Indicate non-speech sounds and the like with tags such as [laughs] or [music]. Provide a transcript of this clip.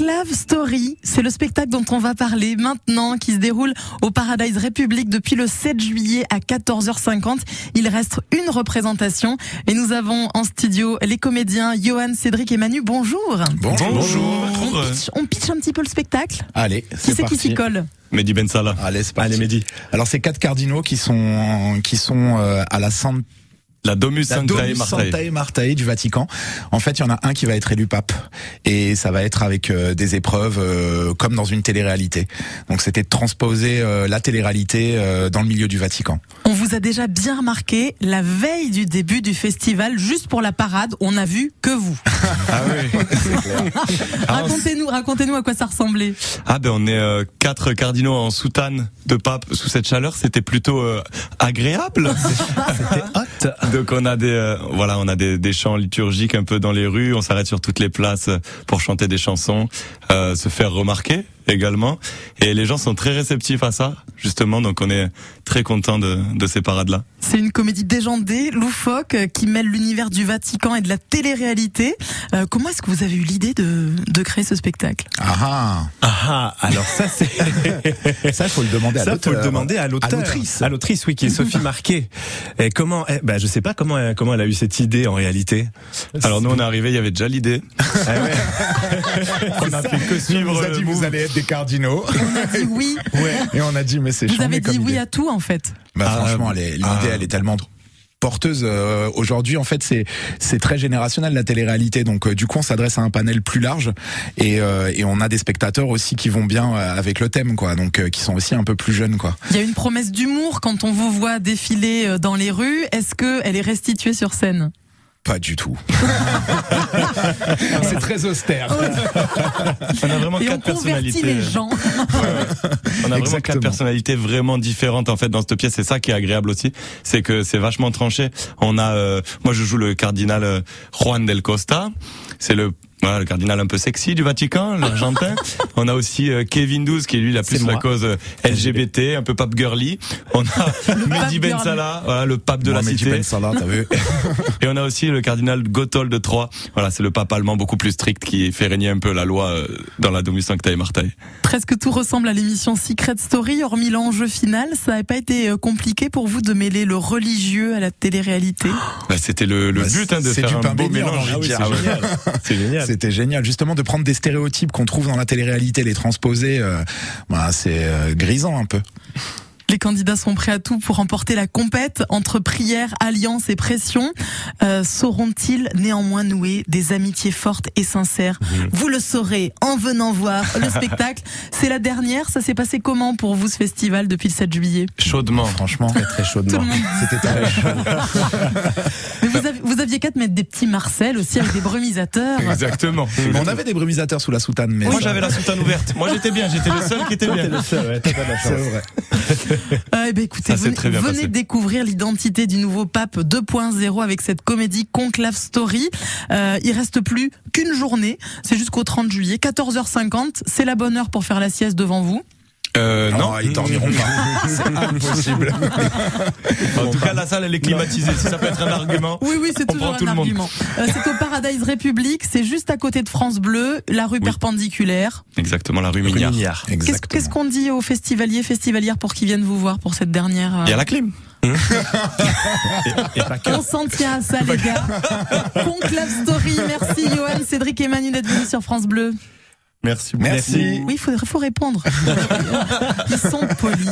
Love Story, c'est le spectacle dont on va parler maintenant, qui se déroule au Paradise République depuis le 7 juillet à 14h50. Il reste une représentation et nous avons en studio les comédiens Johan, Cédric et Manu. Bonjour. Bonjour. On pitch, on pitch un petit peu le spectacle. Allez, Qui c'est c'est qui parti. s'y colle Mehdi Ben Salah. Allez, c'est parti. Allez, Mehdi. Alors, c'est quatre cardinaux qui sont qui sont euh, à la San- La Domus la Sanctae Domus Martae. Sanctae Martae du Vatican. En fait, il y en a un qui va être élu pape et ça va être avec euh, des épreuves euh, comme dans une télé-réalité. Donc, c'était de transposer euh, la télé-réalité euh, dans le milieu du Vatican. On vous a déjà bien remarqué, la veille du début du festival, juste pour la parade, on n'a vu que vous. Ah [laughs] oui. Ah, on s- Racontez-nous, racontez-nous à quoi ça ressemblait. Ah ben on est euh, quatre cardinaux en soutane de pape sous cette chaleur, c'était plutôt euh, agréable. [laughs] Donc on a des euh, voilà, on a des, des chants liturgiques un peu dans les rues, on s'arrête sur toutes les places euh, pour chanter des chansons, euh, se faire remarquer également et les gens sont très réceptifs à ça justement donc on est très content de, de ces parades là. C'est une comédie déjantée, loufoque, euh, qui mêle l'univers du Vatican et de la télé-réalité. Euh, comment est-ce que vous avez eu l'idée de, de créer ce spectacle Ah, Ah, ah, alors ça c'est [laughs] ah. ça faut le demander à ça faut le l'auteur. demander à l'auteur, À l'autrice. à l'autrice oui qui est [laughs] Sophie Marquet. Et comment eh, ben je sais pas comment elle, comment elle a eu cette idée en réalité. Ah Alors nous on est arrivés, il y avait déjà l'idée. [laughs] on a fait que On suivre nous a le dit mouvement. vous allez être des cardinaux On a dit oui. et on a dit mais c'est Vous chambé avez comme dit oui idée. à tout en fait. Bah, Ah, franchement, elle est- l'idée, ah. elle est tellement porteuse euh, aujourd'hui en fait c'est c'est très générationnel la télé-réalité donc euh, du coup on s'adresse à un panel plus large et, euh, et on a des spectateurs aussi qui vont bien euh, avec le thème quoi donc euh, qui sont aussi un peu plus jeunes quoi Il y a une promesse d'humour quand on vous voit défiler euh, dans les rues. Est-ce que elle est restituée sur scène pas du tout [laughs] c'est très austère On a vraiment Et on quatre convertit personnalités. euh. les gens. On a vraiment Exactement. quatre personnalités vraiment différentes en fait dans cette pièce. C'est ça qui est agréable aussi, c'est que c'est vachement tranché. On a, euh, moi je joue le cardinal euh, Juan del Costa. C'est le voilà, le cardinal un peu sexy du Vatican, [laughs] l'argentin. On a aussi euh, Kevin Douze qui lui il a plus C'est la moi. cause euh, LGBT, un peu pape girly. [laughs] On a pape Mehdi Ben girly. Salah, voilà, le pape de la Mohamed cité. Ben Salah, t'as vu Et on a aussi le cardinal Gotthold de Troyes. Voilà, c'est le pape allemand beaucoup plus strict qui fait régner un peu la loi euh, dans la Domus Sanctae Martae. Presque tout ressemble à l'émission Secret Story, hormis l'enjeu final. Ça n'a pas été euh, compliqué pour vous de mêler le religieux à la télé-réalité Bah, c'était le, le Bah, but hein, de c'est du faire pain un beau béni, on a mélange. envie de dire. [laughs] c'est Ah ouais. génial. C'est génial. [laughs] C'était génial, justement, de prendre des stéréotypes qu'on trouve dans la télé-réalité, les transposer, euh, bah, c'est euh, grisant un peu. Les candidats sont prêts à tout pour remporter la compète entre prière, alliance et pression. Euh, Sauront-ils néanmoins nouer des amitiés fortes et sincères Vous le saurez en venant voir le spectacle. C'est la dernière. Ça s'est passé comment pour vous ce festival depuis le 7 juillet [laughs] Chaudement. Franchement, très Tout le chaudement. monde. c'était très Mais vous, avez- vous aviez qu'à te mettre des petits Marcel aussi avec des brumisateurs. Exactement. Mais on avait des brumisateurs sous la soutane, mais Moi ça- j'avais la soutane ouverte. Moi j'étais bien, j'étais le seul qui était bien. c'est vrai. Euh, eh ben, écoutez, Ça s'est venez, très bien venez passé. découvrir l'identité du nouveau pape 2.0 avec cette comédie Conclave Story. Euh, il reste plus qu'une journée, c'est jusqu'au 30 juillet, 14h50. C'est la bonne heure pour faire la sieste devant vous. Euh, non. Non, Ah, ils dormiront pas. C'est impossible. En tout cas, la salle elle [laughs] est climatisée. Si ça peut être un argument. Oui, oui, c'est On toujours prend un tout le monde. argument. Euh, c'est au Paradise République, c'est juste à côté de France Bleu, la rue Oui. perpendiculaire. Exactement, la rue Rue Mignard. Mignard. Qu'est-ce qu'est-ce qu'on dit aux festivaliers, festivalières pour qu'ils viennent vous voir pour cette dernière euh, Il y a la clim. Et pas que. On s'en tient à ça, les [laughs] gars. Conclave Story. Merci, Johan, Cédric et Manu d'être venus sur France Bleu. Merci Merci. Oui, il faut, faut répondre. Ils sont polis.